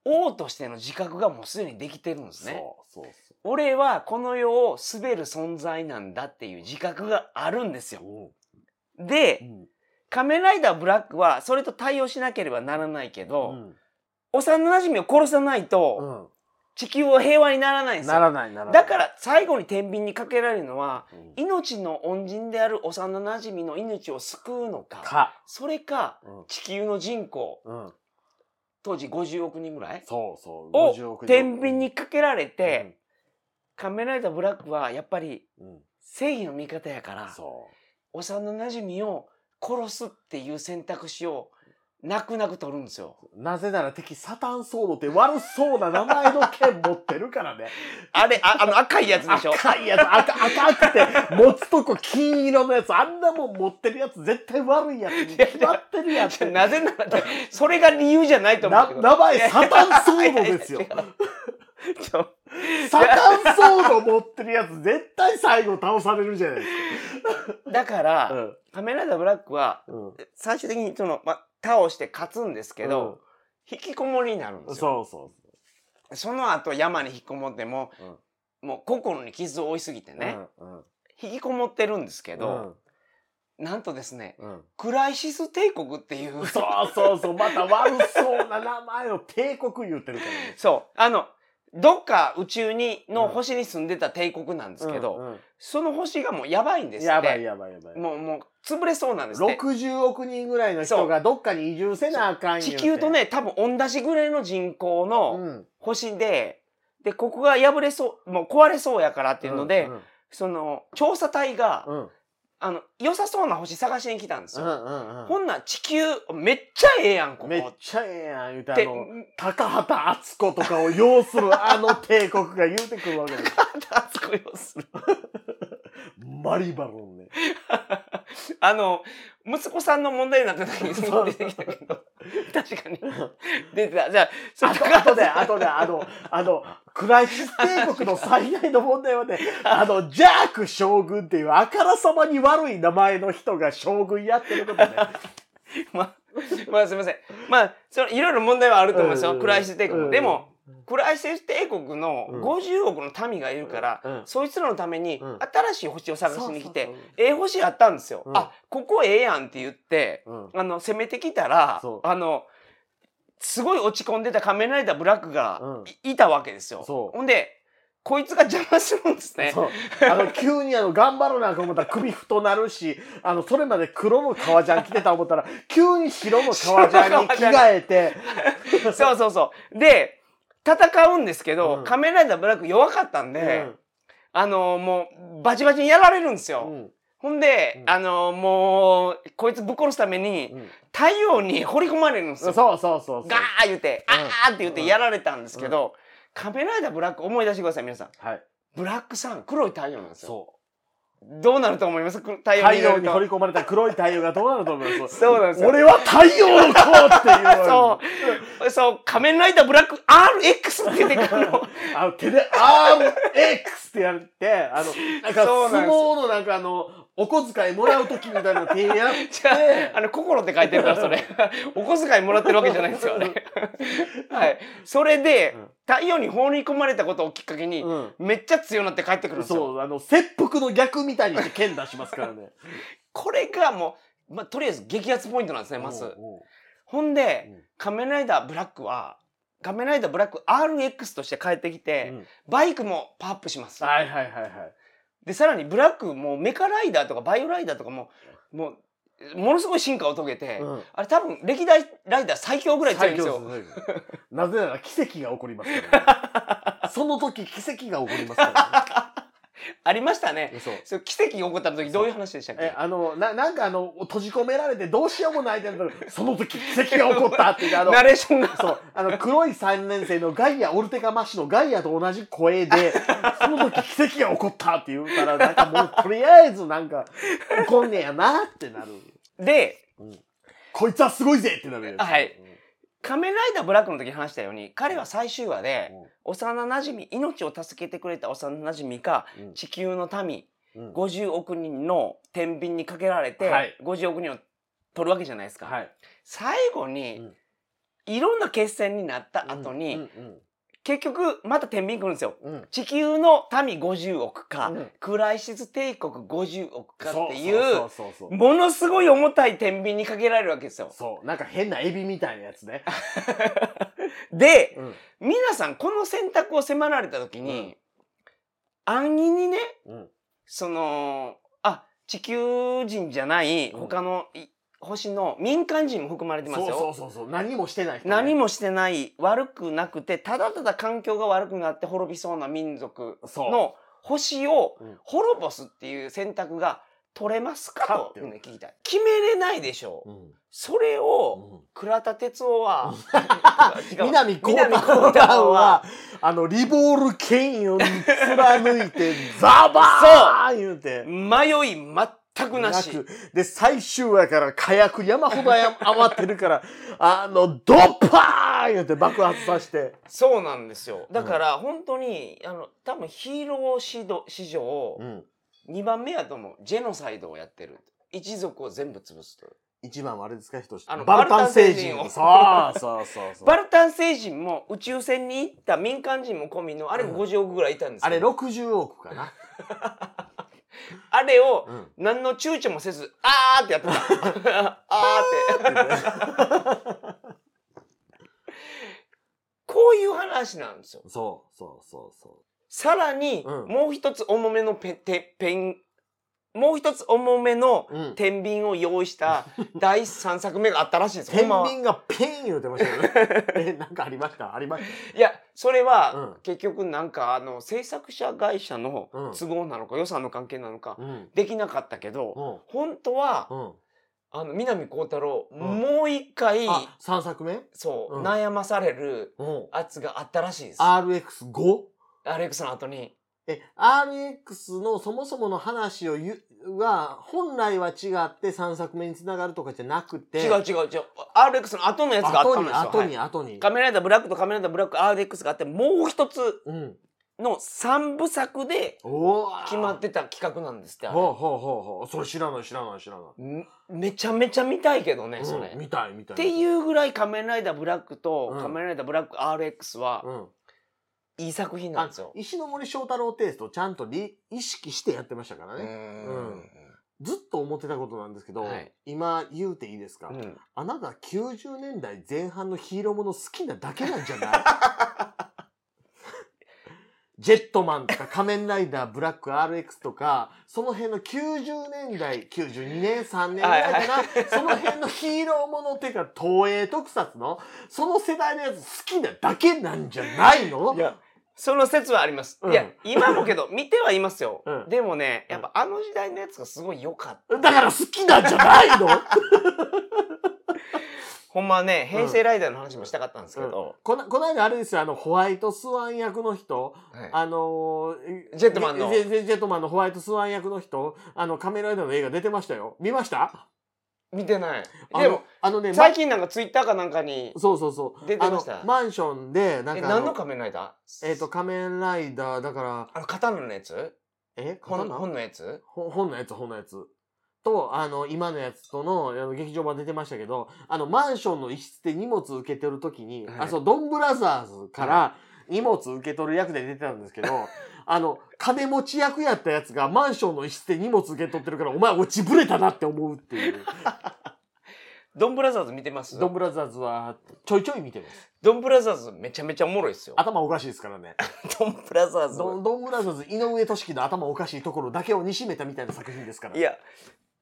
Speaker 1: 王としての自覚がもうすでにできてるんです
Speaker 2: そう
Speaker 1: ね
Speaker 2: そうそ
Speaker 1: 俺はこの世を滑る存在なんだっていう自覚があるんですよ
Speaker 2: うう
Speaker 1: で
Speaker 2: ん
Speaker 1: 仮面ライダーブラックはそれと対応しなければならないけど、
Speaker 2: うん
Speaker 1: 幼馴染を殺さないと
Speaker 2: うん
Speaker 1: 地球は平和にならないんです
Speaker 2: な
Speaker 1: よ。
Speaker 2: らないならない
Speaker 1: だから最後に天秤にかけられるのは
Speaker 2: うん
Speaker 1: 命の恩人である幼馴染の命を救うのか
Speaker 2: か
Speaker 1: それか
Speaker 2: うん
Speaker 1: 地球の人口
Speaker 2: うん
Speaker 1: 当時50億人ぐらい
Speaker 2: そうそう。
Speaker 1: を
Speaker 2: 50億
Speaker 1: 天秤にかけられ
Speaker 2: うん
Speaker 1: て、仮面ライダーブラックはやっぱり
Speaker 2: うん
Speaker 1: 正義の味方やから
Speaker 2: そ
Speaker 1: 幼馴染を殺すっていう選択肢を泣く泣く取るんですよ。
Speaker 2: なぜなら敵サタンソードって悪そうな名前の剣持ってるからね。
Speaker 1: あれ、ああの赤いやつでしょ。
Speaker 2: 赤いやつ、赤、赤くて、持つとこ金色のやつ、あんなもん持ってるやつ絶対悪いやつに決まってるやつ。な、
Speaker 1: なぜならだって、それが理由じゃないと思うんだけど。
Speaker 2: 名前サタンソードですよ
Speaker 1: い。やいや違うちょ
Speaker 2: サタンソード持ってるやつ絶対最後倒されるじゃないです
Speaker 1: だから、
Speaker 2: か。
Speaker 1: カメラダブラックは、
Speaker 2: うん。うん。
Speaker 1: 最終的にその、ま、倒して勝つんですけど、引きこもりになるん
Speaker 2: うん、
Speaker 1: ですよ。
Speaker 2: そうそ
Speaker 1: その後山に引きこもっても、
Speaker 2: うん
Speaker 1: もう心に傷を負いすぎて
Speaker 2: う。
Speaker 1: ね、
Speaker 2: うん。うん。
Speaker 1: 引きこもってるんですけ
Speaker 2: け
Speaker 1: ど、、なんとですね、
Speaker 2: うん。
Speaker 1: クライシス帝国っていう、
Speaker 2: そうそうそう、また悪そうな名前を帝国言ってるから ね。
Speaker 1: そう、あの、どっか宇宙にの星に住んでた帝国なんですけど、
Speaker 2: うんうん
Speaker 1: その星がもうやばいんですって。
Speaker 2: やばいやばいやばい。
Speaker 1: もう、もう、潰れそうなんですって。
Speaker 2: 60億人ぐらいの人がどっかに移住せなあかんよって
Speaker 1: 地球と、ね、多分同じぐらいの人口
Speaker 2: う
Speaker 1: の
Speaker 2: ん、
Speaker 1: 星で、で、ここが破れそう、もう壊れそうやからっていうので、
Speaker 2: うん
Speaker 1: その、調査隊が、
Speaker 2: うん
Speaker 1: あの、良さそうな星探しに来たんです
Speaker 2: う
Speaker 1: よ。
Speaker 2: んうん
Speaker 1: ほんなら地球、めっちゃええやん、こ
Speaker 2: う
Speaker 1: こ。
Speaker 2: ん、めっ
Speaker 1: っ
Speaker 2: ちゃええやん言うてあ
Speaker 1: て、
Speaker 2: の 高畑敦子とかを擁するあの帝国が言うてくるわけです
Speaker 1: あそこよする。
Speaker 2: マリバロンね
Speaker 1: あの、息子さんの問題になった時にそう出てきたけど、確かに。出てた。じゃあ、そ
Speaker 2: あ
Speaker 1: れ
Speaker 2: とあとであとであのあのクライシス帝国の最大の問題はねあのジャーク将軍っていうあからさまに悪い名前の人が将軍やってる ことね
Speaker 1: まあ、まあすいません。まあ、そのいろいろ問題はあると思いますよ。クライシス帝国。でも、、クライシス帝国の
Speaker 2: うん
Speaker 1: 50億の民がいるから、
Speaker 2: うん
Speaker 1: そいつらのために
Speaker 2: うん
Speaker 1: 新しい星を探しに来て、
Speaker 2: そうそう
Speaker 1: ええ星あったんですよ。
Speaker 2: うん
Speaker 1: あ、ここええやんって言って、
Speaker 2: そううん
Speaker 1: あの、攻めてきたら
Speaker 2: そ、う
Speaker 1: あの、すごい落ち込んでた仮面ライダーブラックが
Speaker 2: うん
Speaker 1: い,、たわけですよ。
Speaker 2: そう
Speaker 1: ほんで、こいつが邪魔するんですね。
Speaker 2: そう。あの、急にあの、頑張るなと思ったら首太なるし、あの、それまで黒の革ジャン着てた思ったら、急に白の革ジャンに着替えて、
Speaker 1: そうそうそう。で、戦うんですけど、
Speaker 2: うん
Speaker 1: 仮面ライダーブラック弱かったんで、あのもうバチバチにやられるんです
Speaker 2: う
Speaker 1: よ。
Speaker 2: ん。うん
Speaker 1: ほんで、
Speaker 2: うん
Speaker 1: あのもうこいつぶっ殺すために
Speaker 2: うん
Speaker 1: 太陽に掘り込まれるんです
Speaker 2: そう
Speaker 1: よ。
Speaker 2: そうそうそう。
Speaker 1: ガー言って、
Speaker 2: うん
Speaker 1: あーって言ってやられたんですけど、仮面ライダーブラック思い出してください皆さん。
Speaker 2: はい。
Speaker 1: ブラックさん黒い太陽なんですよ。
Speaker 2: そ
Speaker 1: どうなると思いますく太
Speaker 2: う。
Speaker 1: 陽
Speaker 2: 太
Speaker 1: に入れ
Speaker 2: 陽
Speaker 1: る
Speaker 2: に掘
Speaker 1: と。
Speaker 2: り込まれた黒い太陽がどうなると思います
Speaker 1: そうなんですよ。
Speaker 2: 俺は太陽の子っていう。
Speaker 1: そう、そう、仮面ライダーブラック RX って出てくる の。
Speaker 2: あの、手で RX ってやって、あの、なんか
Speaker 1: そうなん
Speaker 2: 相
Speaker 1: です
Speaker 2: 撲のなんかあの、お小遣いもらうときみたいな提案って、
Speaker 1: じゃあ、あの、心って書いてるから、そ れ。お小遣いもらってるわけじゃないんですよ、あれ。はい。それで
Speaker 2: うん、
Speaker 1: 太陽に放り込まれたことをきっかけに、
Speaker 2: うん。
Speaker 1: めっちゃ強なって帰ってくるんですよ。
Speaker 2: そう、あの、切腹の逆みたいにして剣出しますからね。
Speaker 1: これがもう、まあ、とりあえず激アツポイントなんですね、まず。
Speaker 2: おうおう
Speaker 1: ほんで、
Speaker 2: うん
Speaker 1: 仮面ライダーブラックは、仮面ライダーブラック RX として帰ってきて、
Speaker 2: うん
Speaker 1: バイクもパワーアップします。
Speaker 2: はいはいはいはい。
Speaker 1: で、さらにブラックもメカライダーとかバイオライダーとかも、もう、ものすごい進化を遂げて、
Speaker 2: うん
Speaker 1: あれ多分歴代ライダー最強ぐらい強いんで
Speaker 2: 最
Speaker 1: す
Speaker 2: 強
Speaker 1: よ。
Speaker 2: です最強なぜなら奇跡が起こりますからね。その時奇跡が起こりますから
Speaker 1: ありましたね。
Speaker 2: ね。そう。
Speaker 1: そう奇跡が起こった時どういう話でしたっ
Speaker 2: え
Speaker 1: け、
Speaker 2: あの、な、なんかあの、閉じ込められてどうしようもないってなったらその時奇跡が起こったっていう、あの、
Speaker 1: ナレーションが。
Speaker 2: そう、あの、黒い3年生のガイア、オルテガマッシュのガイアと同じ声で、その時奇跡が起こったって言うから、なんかもう、とりあえずなんか、起こんねやなってなる。
Speaker 1: で、
Speaker 2: こいつはすごいぜってなるやつ。
Speaker 1: はい仮面ライダーブラックの時に話したように、彼は最終話で、幼馴染み、命を助けてくれた幼馴染みか、
Speaker 2: うん。うん
Speaker 1: 地球の民、
Speaker 2: うん
Speaker 1: 50億人の天秤にかけられて、
Speaker 2: はい
Speaker 1: 50億人を取るわけじゃないですか。
Speaker 2: はい。
Speaker 1: 最後に、
Speaker 2: うん
Speaker 1: いろんな決戦になった後に、
Speaker 2: うんうん
Speaker 1: 結局、また天秤来るんですよ。
Speaker 2: うんうん
Speaker 1: 地球の民50億か、
Speaker 2: うん
Speaker 1: クライシス帝国50億かっていう、
Speaker 2: そうそうそうそう。
Speaker 1: ものすごい重たい天秤にかけられるわけですよ。
Speaker 2: そう、なんか変なエビみたいなやつね。
Speaker 1: で、
Speaker 2: うん
Speaker 1: 皆さんこの選択を迫られた時に、安易にね、
Speaker 2: うん
Speaker 1: その、あ、地球人じゃない他のい星の民間人も含まれてます
Speaker 2: そ
Speaker 1: よ。
Speaker 2: うそうそうそう。何もしてない人ね。
Speaker 1: 何もしてない、悪くなくて、ただただ環境が悪くなって滅びそうな民族
Speaker 2: そう。
Speaker 1: の星を
Speaker 2: うん
Speaker 1: 滅ぼすっていう選択が取れます
Speaker 2: か
Speaker 1: か
Speaker 2: って
Speaker 1: と、
Speaker 2: いう
Speaker 1: ね、聞きたい。決めれないでしょう。それを、倉田哲夫は、 違う
Speaker 2: 南光
Speaker 1: 南光
Speaker 2: 太
Speaker 1: 太
Speaker 2: 郎
Speaker 1: 郎
Speaker 2: は
Speaker 1: は、
Speaker 2: あの、リボール剣を貫いて、ザバーン言うて。
Speaker 1: 迷い全くなし。
Speaker 2: なくで、最終話から火薬山ほどや余ってるから、あの、ドッパーン言うて爆発させて。
Speaker 1: そうなんですよ。だから、本当に、あの、多分ヒーロー史ど史上、2番目やと思う。ジェノサイドをやってる。一族を全部潰すという。
Speaker 2: 一番はあれですか人
Speaker 1: あの
Speaker 2: バルタン星人を。
Speaker 1: バ
Speaker 2: そうそうそうそう
Speaker 1: バルタン星人も宇宙船に行った民間人も込みの、あれも50億ぐらいいたんです
Speaker 2: あれ
Speaker 1: けど、
Speaker 2: 60億かな。
Speaker 1: あれを
Speaker 2: うん
Speaker 1: 何の躊躇もせず、あーってやってた。あーって。こういう話なんですよ。
Speaker 2: そうそうそうそ
Speaker 1: さらに、
Speaker 2: うん
Speaker 1: もう一つ重めのペてペン、もう一つ重めの
Speaker 2: う。うん。
Speaker 1: 天秤を用意 した第3作目があったらしいんですよ。ほ
Speaker 2: 天
Speaker 1: んまは
Speaker 2: 秤がペン言うてましたよ ね。え、なんかありましたありまし
Speaker 1: いや、それ
Speaker 2: た
Speaker 1: は、
Speaker 2: ん。
Speaker 1: 結局なんかあの制作者会社の
Speaker 2: うん
Speaker 1: 都合なのか、予算の関係なのか、
Speaker 2: うん。
Speaker 1: できなかったけど、
Speaker 2: うん。
Speaker 1: 本当は、
Speaker 2: うん。
Speaker 1: あの南光太郎、
Speaker 2: ん
Speaker 1: もう一回
Speaker 2: あ、3作目
Speaker 1: そう、
Speaker 2: うん
Speaker 1: 悩まされる
Speaker 2: うん。
Speaker 1: 圧があったらしいです。
Speaker 2: RX5?
Speaker 1: アレックスの後に。
Speaker 2: え、RX のそもそもの話をゆ、は、本来は違って3作目につながるとかじゃなくて、
Speaker 1: 違う違う違う。RX の後のやつがあったんですよ。
Speaker 2: 後
Speaker 1: は
Speaker 2: に、後に、
Speaker 1: いカメラライダーブラックとカメラライダーブラック RX があって、もう一つ
Speaker 2: うん。
Speaker 1: の3部作で
Speaker 2: おー
Speaker 1: 決まってた企画なんですって。あれ
Speaker 2: ほうほうほうほう。それ知らない知らない知らない。
Speaker 1: めめちゃめちゃ見たいけどね、それ。
Speaker 2: うん、
Speaker 1: っ
Speaker 2: 見たい見たい。
Speaker 1: て
Speaker 2: う。
Speaker 1: いうぐらい仮面ライダーブラックと
Speaker 2: うん
Speaker 1: 仮面ライダーブラック RX は
Speaker 2: うん。
Speaker 1: いい作品なん
Speaker 2: あ
Speaker 1: ですよ。
Speaker 2: 石ノ森章太郎テイストをちゃんとり意識してやってましたから
Speaker 1: う
Speaker 2: ね。
Speaker 1: ん
Speaker 2: ずっと思ってたことなんですけど、
Speaker 1: はい
Speaker 2: 今言うていいですか、
Speaker 1: うん
Speaker 2: あなた90年代前半のヒーローもの好きなだけなんじゃない ジェットマンとか仮面ライダーブラック RX とか、その辺の90年代、92年、3年ぐらいかな、
Speaker 1: はいはい
Speaker 2: その辺のヒーローものっていうか、東映特撮の、その世代のやつ好きなだけなんじゃないの
Speaker 1: いや、その説はあります。
Speaker 2: うん
Speaker 1: いや、今もけ ど、見てはいますよ
Speaker 2: うん。
Speaker 1: でもね、やっぱあの時代のやつがすごい良かった。
Speaker 2: だから好きなんじゃないの
Speaker 1: ほんまはね、平成ライダーの話もしたかったんですけど、
Speaker 2: この、この間あれですよ、あの、ホワイトスワン役の人、
Speaker 1: はい
Speaker 2: あのー
Speaker 1: ジェットマンの
Speaker 2: ジェジェジェットマンのホワイトスワン役の人、あの、仮面ライダーの映画出てましたよ。見ました
Speaker 1: 見てない。
Speaker 2: あの
Speaker 1: でも、、
Speaker 2: あのね、
Speaker 1: 最近なんかツイッターかなんかに
Speaker 2: ま、そうそうそう。
Speaker 1: 出てました
Speaker 2: あのマンションで、なん
Speaker 1: え、
Speaker 2: かあ、
Speaker 1: 何の仮面ライダー
Speaker 2: えっ、と、、仮面ライダー、だから、
Speaker 1: あの、刀のやつ
Speaker 2: え
Speaker 1: 本
Speaker 2: 刀
Speaker 1: 本のやつ
Speaker 2: ほ本のやつ、本のやつ。と、あの、今のやつとの、あの劇場版出てましたけど、あの、マンションの一室で荷物受け取るときに、
Speaker 1: はい
Speaker 2: あ、そう、ドンブラザーズから荷物受け取る役で出てたんですけど、 あの、金持ち役やったやつがマンションの一室で荷物受け取ってるから、お前落ちぶれたなって思うって いう。
Speaker 1: ドンブラザーズ見てます
Speaker 2: ドンブラザーズはちょいちょい見てます。
Speaker 1: ドンブラザーズめちゃめちゃおもろいっすよ。
Speaker 2: 頭おかしいですから ね。
Speaker 1: ドンブラザーズ。
Speaker 2: ドンドンブラザーズ、井上俊樹の頭おかしいところだけを煮しめたみたいな作品ですから。
Speaker 1: いや、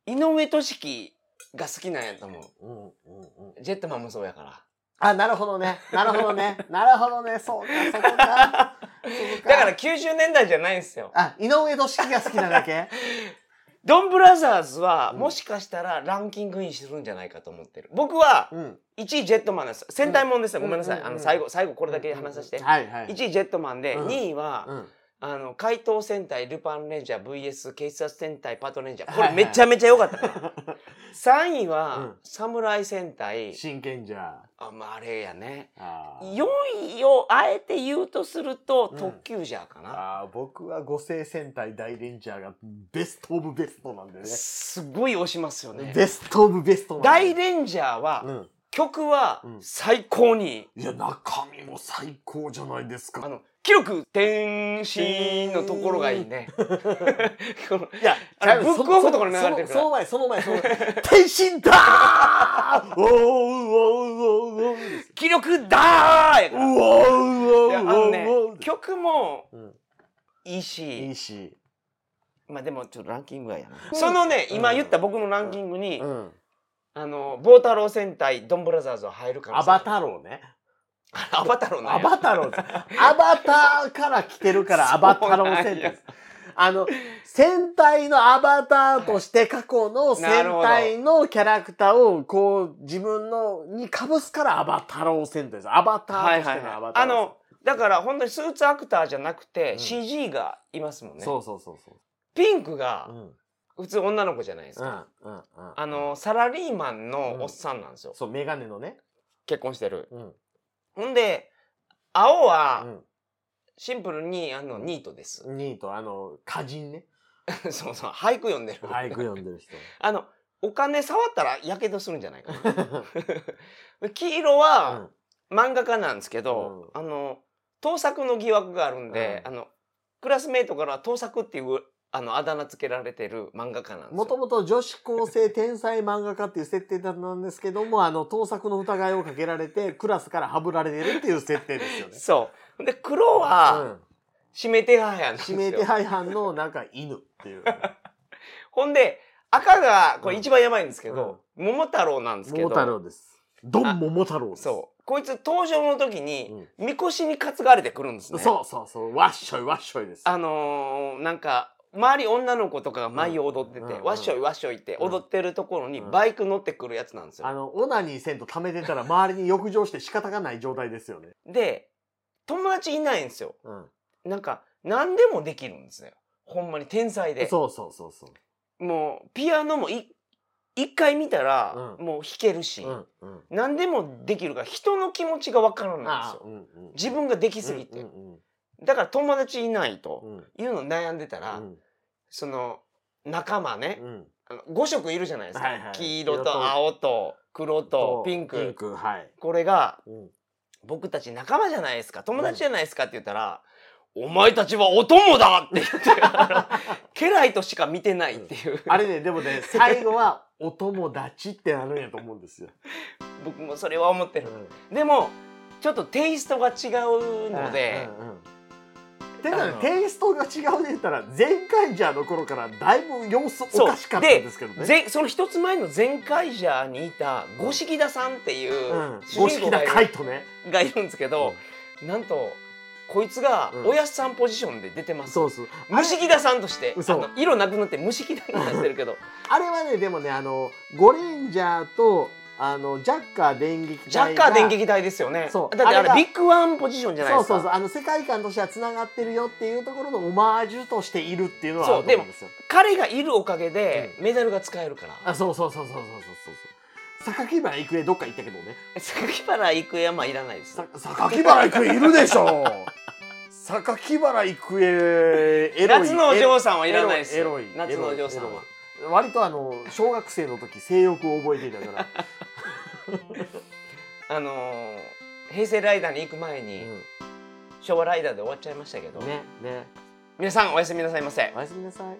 Speaker 1: 井上俊樹が好きなんやと思う。
Speaker 2: うんうんうん。
Speaker 1: ジェットマンもそうやから。
Speaker 2: あ、なるほどね。なるほどね。なるほどね。そうか、そ こか。そう
Speaker 1: だから、90年代じゃないんですよ。
Speaker 2: あ、井上俊樹が好きなだ け
Speaker 1: ドンブラザーズは、
Speaker 2: うん
Speaker 1: もしかしたらランキングインするんじゃないかと思ってる。僕は、
Speaker 2: うん。
Speaker 1: 1位ジェットマンなんです。戦隊もんですよ。
Speaker 2: う
Speaker 1: ご
Speaker 2: ん
Speaker 1: めんなさい。
Speaker 2: うん
Speaker 1: あの、最後、最後これだけ話させて。
Speaker 2: はいはい。
Speaker 1: 1位ジェットマンで、
Speaker 2: うん
Speaker 1: 2位は、
Speaker 2: うん。
Speaker 1: あの、怪盗戦隊、ルパンレンジャー、VS、警察戦隊、パートレンジャー。こ
Speaker 2: はい
Speaker 1: れ
Speaker 2: はい
Speaker 1: めちゃめちゃ良かった から。3位
Speaker 2: う
Speaker 1: は
Speaker 2: ん、
Speaker 1: 侍戦隊。
Speaker 2: 真剣じゃ。
Speaker 1: あ、まあ、あれやね。
Speaker 2: あー
Speaker 1: 4位をあえて言うとすると、
Speaker 2: うん
Speaker 1: 特急ジャーかな。
Speaker 2: あー僕は五星戦隊大レンジャーがベストオブベストなんでね。
Speaker 1: すごい押しますよね。
Speaker 2: ベストオブベストなんで
Speaker 1: 大レンジャーは、
Speaker 2: うん。
Speaker 1: 曲は
Speaker 2: うん
Speaker 1: 最高に、
Speaker 2: いや、中身も最高じゃないです
Speaker 1: あ
Speaker 2: か。
Speaker 1: の、広く天使のところがいいね。 この
Speaker 2: いや、
Speaker 1: あれブックオフとかに流れてるから
Speaker 2: そのその前、その前、その前。天心だー おーおーおーおーおーです
Speaker 1: 気力だーや
Speaker 2: う
Speaker 1: か
Speaker 2: お
Speaker 1: ら
Speaker 2: ー
Speaker 1: いやあ
Speaker 2: うおー
Speaker 1: の
Speaker 2: うお
Speaker 1: ね
Speaker 2: ーうおーです
Speaker 1: 曲も
Speaker 2: うん
Speaker 1: いいし、
Speaker 2: いいし。
Speaker 1: まあでもちょっとランキングはやな。
Speaker 2: うん
Speaker 1: そのね、
Speaker 2: うん
Speaker 1: 今言った僕のランキングに、
Speaker 2: ん。
Speaker 1: あの、ボータロー戦隊、ドンブラザーズは入るから。
Speaker 2: アバタローね。
Speaker 1: ー。アバタローなん
Speaker 2: ア
Speaker 1: や
Speaker 2: バタローです。アバターから来てるからアバタロ
Speaker 1: そ
Speaker 2: ー戦
Speaker 1: うなん
Speaker 2: 隊
Speaker 1: や。
Speaker 2: あの、戦隊のアバターとして過去
Speaker 1: な
Speaker 2: の戦
Speaker 1: るほど
Speaker 2: 隊のキャラクターを、こう、自分の、に被すからアバタロー戦隊です。アバター
Speaker 1: はい
Speaker 2: とし
Speaker 1: は
Speaker 2: て
Speaker 1: い
Speaker 2: のア
Speaker 1: は
Speaker 2: バ
Speaker 1: い。
Speaker 2: タ
Speaker 1: あ
Speaker 2: ロー戦隊。
Speaker 1: の、だから本当にスーツアクターじゃなくて、
Speaker 2: うん
Speaker 1: CG がいますもんね。
Speaker 2: そうそうそうそう。
Speaker 1: ピンクが
Speaker 2: うん。うん。
Speaker 1: 普通女の子じゃないです
Speaker 2: う
Speaker 1: か。
Speaker 2: ん。うん。
Speaker 1: あの、、サラリーマンのおっさんなんですよ。
Speaker 2: そう、メガネのね。
Speaker 1: 結婚してる。
Speaker 2: うん。
Speaker 1: ほんで、青
Speaker 2: う
Speaker 1: は
Speaker 2: ん
Speaker 1: シンプルにあのニートです。
Speaker 2: ニート、あの、歌人ね。
Speaker 1: そうそう、俳句読んでる。
Speaker 2: 俳句読んでる人。
Speaker 1: あの、お金触ったらやけどするんじゃないかな。 黄色は漫画家なんですけど、あの、盗作の疑惑があるんで、
Speaker 2: うん
Speaker 1: あの、クラスメイトから盗作っていうあのあだ名つけられてる漫画家なんですよ。
Speaker 2: もともと女子高生天才漫画家っていう設定だったんですけども、あの、盗作の疑いをかけられて、クラスからはぶられてるっていう設定ですよね。
Speaker 1: そう。で、黒は、指名手配犯なんです
Speaker 2: うん、
Speaker 1: よ。
Speaker 2: 指名手配犯のなんか犬っていう。
Speaker 1: ほんで、赤が、これ
Speaker 2: うん
Speaker 1: 一番やばいんですけど、桃太郎なんですけど、
Speaker 2: 桃太郎です。ド
Speaker 1: あ
Speaker 2: ン桃太郎です。
Speaker 1: そう。こいつ登場の時に、
Speaker 2: うん
Speaker 1: みこしに担がれてくるんですね。
Speaker 2: そうそうそう。わっしょいわっしょいです。
Speaker 1: あのーなんか周り女の子とかが舞を踊ってて、
Speaker 2: うんうん
Speaker 1: わっしょいわっしょいって
Speaker 2: うん
Speaker 1: 踊ってるところに
Speaker 2: うん
Speaker 1: バイク乗ってくるやつなんです
Speaker 2: あ
Speaker 1: よ。
Speaker 2: の、オナニーせんと溜めてたら周りに浴場して仕方がない状態ですよね。
Speaker 1: で友達いないんですよ。
Speaker 2: うん。
Speaker 1: なんか何でもできるんですよ。ほんまに天才で。
Speaker 2: そうそうそうそう。
Speaker 1: もうピアノもい一回見たら
Speaker 2: うん
Speaker 1: もう弾けるし、
Speaker 2: うんうん。
Speaker 1: 何でもできるから人の気持ちがわからないんです
Speaker 2: ああ
Speaker 1: よ。
Speaker 2: うんうん
Speaker 1: 自分ができすぎて。
Speaker 2: うんうん
Speaker 1: だから友達いない
Speaker 2: うん
Speaker 1: と
Speaker 2: うん
Speaker 1: いうのを悩んでたら、
Speaker 2: うん
Speaker 1: その仲間ね、
Speaker 2: うん
Speaker 1: あの5色いるじゃないですか、
Speaker 2: はいはい
Speaker 1: 黄色
Speaker 2: 黄
Speaker 1: と
Speaker 2: 色と
Speaker 1: 青と黒とピンク
Speaker 2: ピンク、はい。
Speaker 1: これが
Speaker 2: うん
Speaker 1: 僕たち仲間じゃないですか友達じゃないですかって言ったら、お前たちはお供だって言って あの家来としか見てないっていう、
Speaker 2: あれね、でもね、最後はお友達ってなるんやと思うんですよ。
Speaker 1: 僕もそれは思ってるでもちょっとテイストが違うので、
Speaker 2: うんうんうんてか
Speaker 1: あ
Speaker 2: ね
Speaker 1: の、
Speaker 2: テイストが違うで言ったら、前回じゃの頃からだいぶ様子
Speaker 1: そう
Speaker 2: おかしかったんですけどね。
Speaker 1: ぜその一つ前の前回ジャーにいた五色田さんっていう
Speaker 2: うん、
Speaker 1: 主
Speaker 2: 五
Speaker 1: 人
Speaker 2: 色
Speaker 1: 公が
Speaker 2: だ
Speaker 1: いる,、
Speaker 2: カイトね。
Speaker 1: がいるんですけど、なんとこいつが
Speaker 2: うん
Speaker 1: おやっさんポジションで出てます
Speaker 2: そうそう。あれ
Speaker 1: 虫木田さんとしてあ
Speaker 2: 嘘
Speaker 1: の色なくなって虫木田になってるけど
Speaker 2: あれはね、でもね、あの、ゴレンジャーと、あの、 ジャッカー電撃隊
Speaker 1: ジャッカー電撃隊ですよね
Speaker 2: そう
Speaker 1: だってあれ
Speaker 2: あれが
Speaker 1: ビッグワンポジションじゃない
Speaker 2: そ
Speaker 1: で
Speaker 2: う
Speaker 1: すか
Speaker 2: そうそう、あの、世界観としては繋がってるよっていうところのオマージュとしているっていうのはあると思うんですよ。
Speaker 1: 彼がいるおかげでメダルが使える から、
Speaker 2: あ、そうそうそうそうそうそうそうそう。榊原郁恵どっか行ったけどね。
Speaker 1: 榊原郁恵はまあいらないです
Speaker 2: さ榊原郁恵いるでしょ榊原郁恵エロい
Speaker 1: 夏のお嬢さんはいらないです
Speaker 2: エロいエロい
Speaker 1: 夏のお嬢さんは
Speaker 2: エロい割とあの小学生の時性欲を覚えてい たから、
Speaker 1: あのー平成ライダーに行く前に、
Speaker 2: う
Speaker 1: 昭和ライダーで終わっちゃいましたけど、
Speaker 2: んねね
Speaker 1: 皆さんおやすみなさいませ
Speaker 2: おやすみなさい